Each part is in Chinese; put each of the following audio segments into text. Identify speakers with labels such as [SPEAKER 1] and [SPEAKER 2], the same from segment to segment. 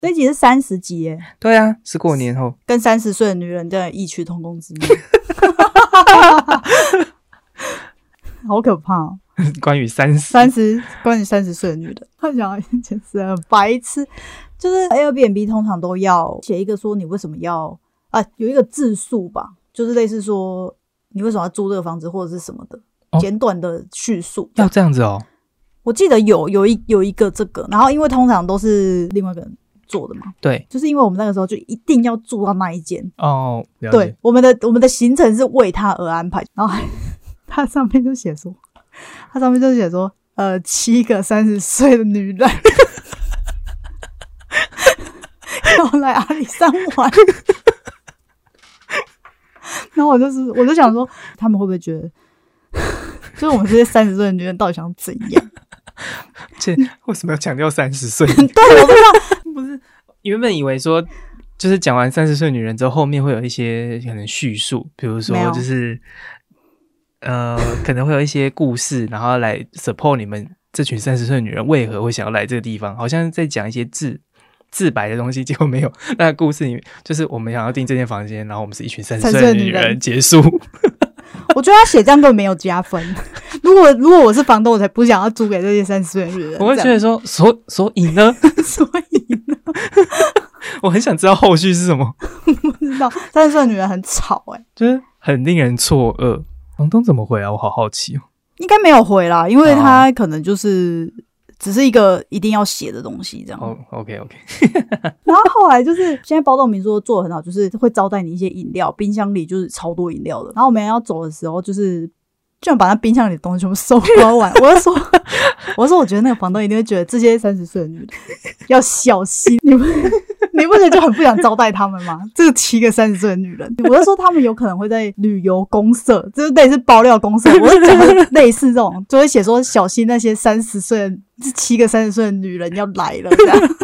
[SPEAKER 1] 这一集是三十集耶，
[SPEAKER 2] 对啊，是过年后，
[SPEAKER 1] 跟三十岁的女人真的异曲同工之妙， 好可怕、哦！
[SPEAKER 2] 关于三十
[SPEAKER 1] 三十，关于三十岁的女人，她想要简直很白痴。就是 Airbnb 通常都要写一个说你为什么要啊，有一个字数吧，就是类似说你为什么要租这个房子或者是什么的，
[SPEAKER 2] 哦
[SPEAKER 1] 简短的叙述。
[SPEAKER 2] 要这样子哦。
[SPEAKER 1] 我记得有有一有一个这个，然后因为通常都是另外一个人做的嘛，
[SPEAKER 2] 对，
[SPEAKER 1] 就是因为我们那个时候就一定要住到那一间，
[SPEAKER 2] 哦，了解
[SPEAKER 1] 对，，我们的我们的行程是为他而安排，然后还 他上面就写说，他上面就写说，呃，七个三十岁的女人 要来阿里山玩，然后我就是我就想说，他们会不会觉得，就是我们这些三十岁的女人到底想怎样？
[SPEAKER 2] 这 为什么要强调三十 岁？
[SPEAKER 1] 对，我不知道，
[SPEAKER 2] 原本以为说，就是讲完三十岁女人之后，后面会有一些可能叙述，比如
[SPEAKER 1] 没有
[SPEAKER 2] 说就是呃，可能会有一些故事，然后来 support 你们这群三十岁女人为何会想要来这个地方，好像在讲一些自自白的东西，结果没有。那故事里面就是我们想要订这间房间，然后我们是一群三十
[SPEAKER 1] 30
[SPEAKER 2] 岁
[SPEAKER 1] 岁
[SPEAKER 2] 的
[SPEAKER 1] 女
[SPEAKER 2] 女人，
[SPEAKER 1] 人
[SPEAKER 2] 结束。
[SPEAKER 1] 我觉得他写这样根本没有加分。如果如果我是房东，我才不想要租给这些三十岁的女人。
[SPEAKER 2] 我会觉
[SPEAKER 1] 这样
[SPEAKER 2] 得说，所所以呢，
[SPEAKER 1] 所以
[SPEAKER 2] 我很想知道后续是什么，
[SPEAKER 1] 知道，三十岁的女人很吵哎、
[SPEAKER 2] 就是很令人错愕。房东怎么回啊？我好好奇哦。
[SPEAKER 1] 应该没有回啦，因为她可能就是只是一个一定要写的东西这样。
[SPEAKER 2] 哦、o k OK，
[SPEAKER 1] 然后后来就是现在包栋民宿做的很好，就是会招待你一些饮料，冰箱里就是超多饮料的。然后我们要走的时候，就是居然把那冰箱里的东西全部收 刮完。我就说，我就说我觉得那个房东一定会觉得这些三十岁的女人要小心，你们。你不觉得就很不想招待他们吗？这个七个三十岁的女人，我就说他们有可能会在旅游公社，就是类似爆料公社，我就讲的类似这种，就会写说小心那些三十岁的这七个三十岁的女人要来了，这样。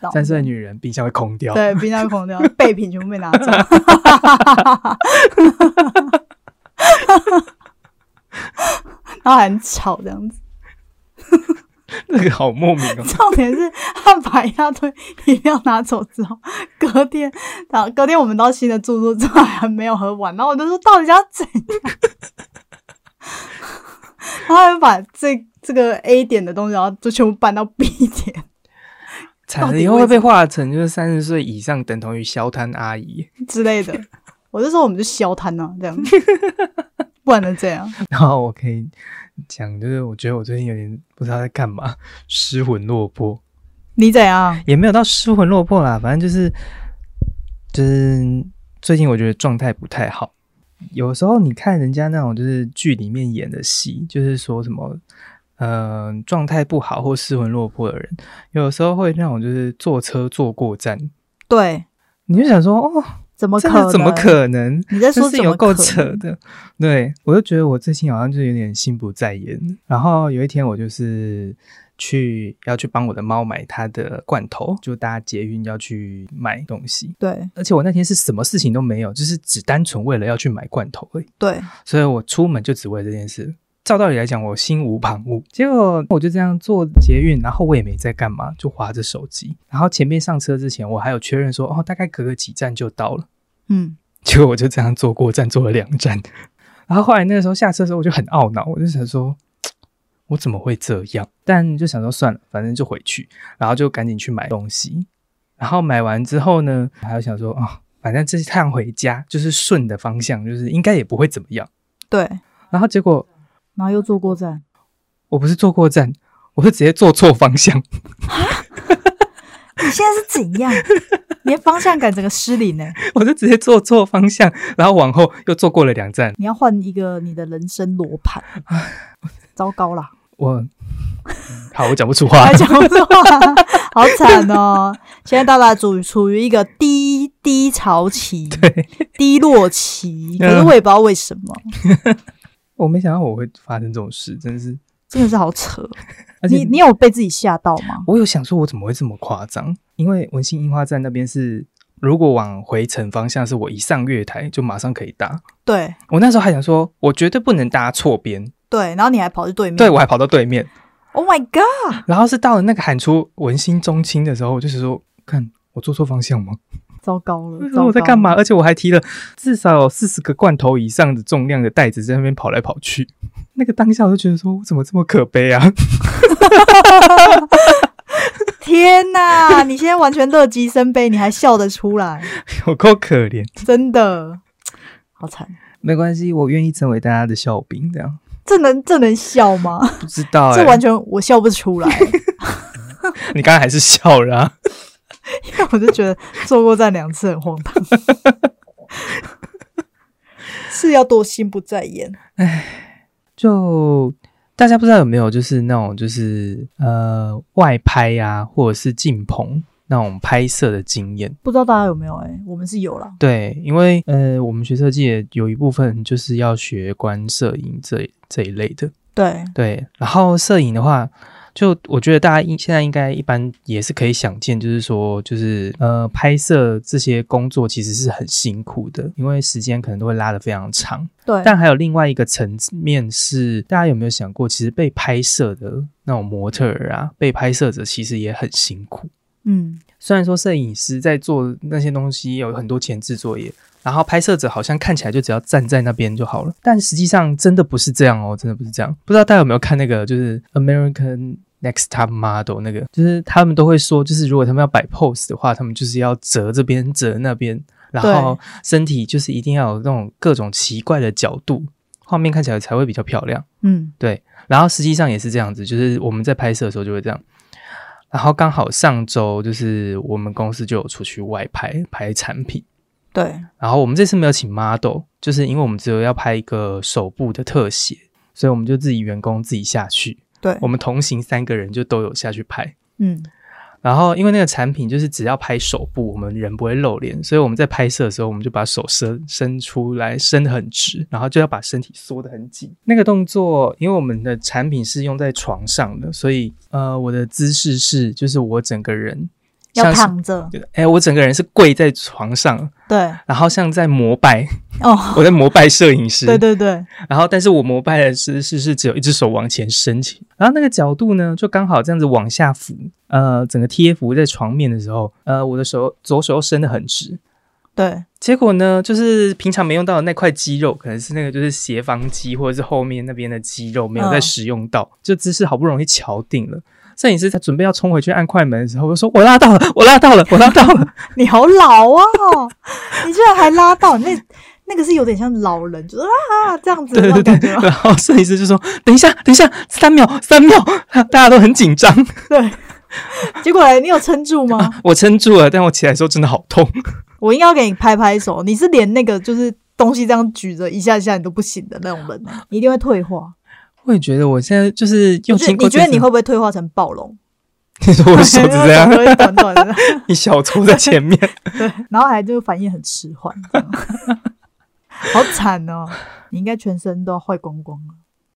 [SPEAKER 1] 然后
[SPEAKER 2] 三十岁的女人冰箱会空掉。
[SPEAKER 1] 对，冰箱空调备品全部被拿走。然后很吵这样子，。
[SPEAKER 2] 那个好莫名 哦
[SPEAKER 1] 重点是他把一大堆饮料拿走之后，隔天，然后隔天我们到新的住宿之后还没有喝完，然后我就说到底要怎样？然后他就把这这个 A 点的东西，然后就全部搬到 B 点，
[SPEAKER 2] 惨了，以后会被画成就是三十岁以上等同于消摊阿 姨，
[SPEAKER 1] 之类的。我就说我们就消摊啊，这样，不然能怎样？
[SPEAKER 2] 然后我可以讲，就是我觉得我最近有点不知道在干嘛，失魂落魄，
[SPEAKER 1] 你怎样？
[SPEAKER 2] 也没有到失魂落魄啦，反正就是就是最近我觉得状态不太好。有时候你看人家那种就是剧里面演的戏，就是说什么呃状态不好或失魂落魄的人，有时候会那种就是坐车坐过站，
[SPEAKER 1] 对，
[SPEAKER 2] 你就想说哦，
[SPEAKER 1] 怎么可
[SPEAKER 2] 真的
[SPEAKER 1] 能？
[SPEAKER 2] 怎么？可能？
[SPEAKER 1] 你在
[SPEAKER 2] 就
[SPEAKER 1] 说
[SPEAKER 2] 是
[SPEAKER 1] 怎
[SPEAKER 2] 有
[SPEAKER 1] 么
[SPEAKER 2] 够
[SPEAKER 1] 可
[SPEAKER 2] 扯
[SPEAKER 1] 能？
[SPEAKER 2] 的。对我就觉得我最近好像就有点心不在焉。然后有一天我就是去要去帮我的猫买它的罐头，就搭捷运要去买东西。
[SPEAKER 1] 对
[SPEAKER 2] 而且我那天是什么事情都没有，就是只单纯为了要去买罐头而已，
[SPEAKER 1] 对，
[SPEAKER 2] 所以我出门就只为了这件事。照道理来讲，我心无旁骛。结果我就这样坐捷运，然后我也没在干嘛，就划着手机。然后前面上车之前，我还有确认说，哦，大概隔个几站就到了。
[SPEAKER 1] 嗯，
[SPEAKER 2] 结果我就这样坐过站，坐了两站。然后后来那个时候下车的时候，我就很懊恼，我就想说，我怎么会这样？但就想说算了，反正就回去，然后就赶紧去买东西。然后买完之后呢，还有想说啊、反正这趟回家就是顺的方向，就是应该也不会怎么样。
[SPEAKER 1] 对。
[SPEAKER 2] 然后结果
[SPEAKER 1] 然后又坐过站，
[SPEAKER 2] 我不是坐过站，我是直接坐错方向。
[SPEAKER 1] 你现在是怎 样？连方向感整个失灵呢、欸
[SPEAKER 2] 我就直接坐错方向，然后往后又坐过了两站。
[SPEAKER 1] 你要换一个你的人生罗盘，糟糕啦！
[SPEAKER 2] 我 好，我讲不出话
[SPEAKER 1] 还。讲错话，好惨哦！现在大家处处于一个低低潮期，低落
[SPEAKER 2] 嗯
[SPEAKER 1] 期，可是我也不知道为什么，
[SPEAKER 2] 我没想到我会发生这种事，真是。
[SPEAKER 1] 真的是好扯。
[SPEAKER 2] 而且
[SPEAKER 1] 你你有被自己吓到吗？
[SPEAKER 2] 我有想说，我怎么会这么夸张？因为文心樱花站那边是，如果往回程方向，是我一上月台就马上可以搭。
[SPEAKER 1] 对
[SPEAKER 2] 我那时候还想说，我绝对不能搭错边，
[SPEAKER 1] 对，然后你还跑去对面，
[SPEAKER 2] 对我还跑到对面，
[SPEAKER 1] ，Oh my God！
[SPEAKER 2] 然后是到了那个喊出文心中青的时候，我就是说，看我做错方向吗？
[SPEAKER 1] 糟糕了，糟糕
[SPEAKER 2] 我在干嘛？
[SPEAKER 1] 了？
[SPEAKER 2] 而且我还提了至少有四十个罐头以上的重量的袋子在那边跑来跑去。 那个当下我就觉得说，我怎么这么可悲啊？
[SPEAKER 1] 天哪！你现在完全乐极生悲，你还笑得出 来，
[SPEAKER 2] 有够可怜。
[SPEAKER 1] 真的好惨。
[SPEAKER 2] 没关系，我愿意成为大家的笑柄。这样
[SPEAKER 1] 这能这能笑吗？
[SPEAKER 2] 不知道、欸，
[SPEAKER 1] 这完全我笑不出 来，
[SPEAKER 2] 你刚才还是笑了、啊。
[SPEAKER 1] 因为我就觉得坐过站两次很荒 唐，是要多心不在焉。
[SPEAKER 2] 就大家不知道有没有就是那种就是呃外拍呀、或者是进棚那种拍摄的经验。
[SPEAKER 1] 不知道大家有没有、欸？哎，我们是有啦。
[SPEAKER 2] 对，因为呃我们学设计的有一部分就是要学观摄影这这一类的。
[SPEAKER 1] 对，
[SPEAKER 2] 对，然后摄影的话。就我觉得大家应现在应该一般也是可以想见，就是说，就是呃，拍摄这些工作其实是很辛苦的，因为时间可能都会拉得非常长。
[SPEAKER 1] 对，
[SPEAKER 2] 但还有另外一个层面是，大家有没有想过，其实被拍摄的那种模特儿啊，被拍摄者其实也很辛苦。
[SPEAKER 1] 嗯，
[SPEAKER 2] 虽然说摄影师在做那些东西有很多前置作业，然后拍摄者好像看起来就只要站在那边就好了，但实际上真的不是这样哦，真的不是这样。不知道大家有没有看那个就是 American Next Top Model 那个，就是他们都会说，就是如果他们要摆 pose 的话，他们就是要折这边折那边，然后身体就是一定要有那种各种奇怪的角度，画面看起来才会比较漂亮。
[SPEAKER 1] 嗯，
[SPEAKER 2] 对，然后实际上也是这样子，就是我们在拍摄的时候就会这样。然后刚好上周就是我们公司就有出去外拍拍产品，
[SPEAKER 1] 对，
[SPEAKER 2] 然后我们这次没有请 model，就是因为我们只有要拍一个手部的特写，所以我们就自己员工自己下去。
[SPEAKER 1] 对
[SPEAKER 2] 我们同行三个人就都有下去拍。
[SPEAKER 1] 嗯，
[SPEAKER 2] 然后因为那个产品就是只要拍手部，我们人不会露脸，所以我们在拍摄的时候，我们就把手伸伸出来，伸很直，然后就要把身体缩得很紧。那个动作，因为我们的产品是用在床上的，所以呃，我的姿势是就是我整个人
[SPEAKER 1] 要
[SPEAKER 2] 像是
[SPEAKER 1] 躺着，
[SPEAKER 2] 哎，我整个人是跪在床上，
[SPEAKER 1] 对，
[SPEAKER 2] 然后像在膜拜，
[SPEAKER 1] 哦，
[SPEAKER 2] 我在膜拜摄影师，
[SPEAKER 1] 对对对，
[SPEAKER 2] 然后，但是我膜拜的姿势是只有一只手往前伸起，然后那个角度呢，就刚好这样子往下俯，呃，整个贴服在床面的时候，呃，我的手左手又伸得很直。
[SPEAKER 1] 对，
[SPEAKER 2] 结果呢，就是平常没用到的那块肌肉，可能是那个就是斜方肌或者是后面那边的肌肉没有在
[SPEAKER 1] 嗯
[SPEAKER 2] 使用到，就姿势好不容易瞧定了。摄影师在准备要冲回去按快门的时候，我就说：“我拉到了， 我拉到了，我拉到了。
[SPEAKER 1] 你好老啊、你居然还拉到那那个是有点像老人，就是啊这样”子的
[SPEAKER 2] 对
[SPEAKER 1] 那
[SPEAKER 2] 对
[SPEAKER 1] 种
[SPEAKER 2] 对
[SPEAKER 1] 感觉。。
[SPEAKER 2] 然后摄影师就说：“等一下，等一下，三秒，三秒。”大家都很紧张。
[SPEAKER 1] 对，结果嘞，你有撑住吗？
[SPEAKER 2] 我撑住了，但我起来的时候真的好痛。
[SPEAKER 1] 我应该要给你拍拍手，你是连那个就是东西这样举着一下下你都不行的那种人、欸，你一定会退化。
[SPEAKER 2] 我也觉得我现在就是又
[SPEAKER 1] 你觉得
[SPEAKER 2] 经过
[SPEAKER 1] 你觉得你会
[SPEAKER 2] 会
[SPEAKER 1] 不会退化成暴龙？
[SPEAKER 2] 你说 我手指这 样，
[SPEAKER 1] 手指会短短的，
[SPEAKER 2] 一小撮在前面，
[SPEAKER 1] 对，然后还就反应很迟缓，这样好惨哦！你应该全身都要坏光光了。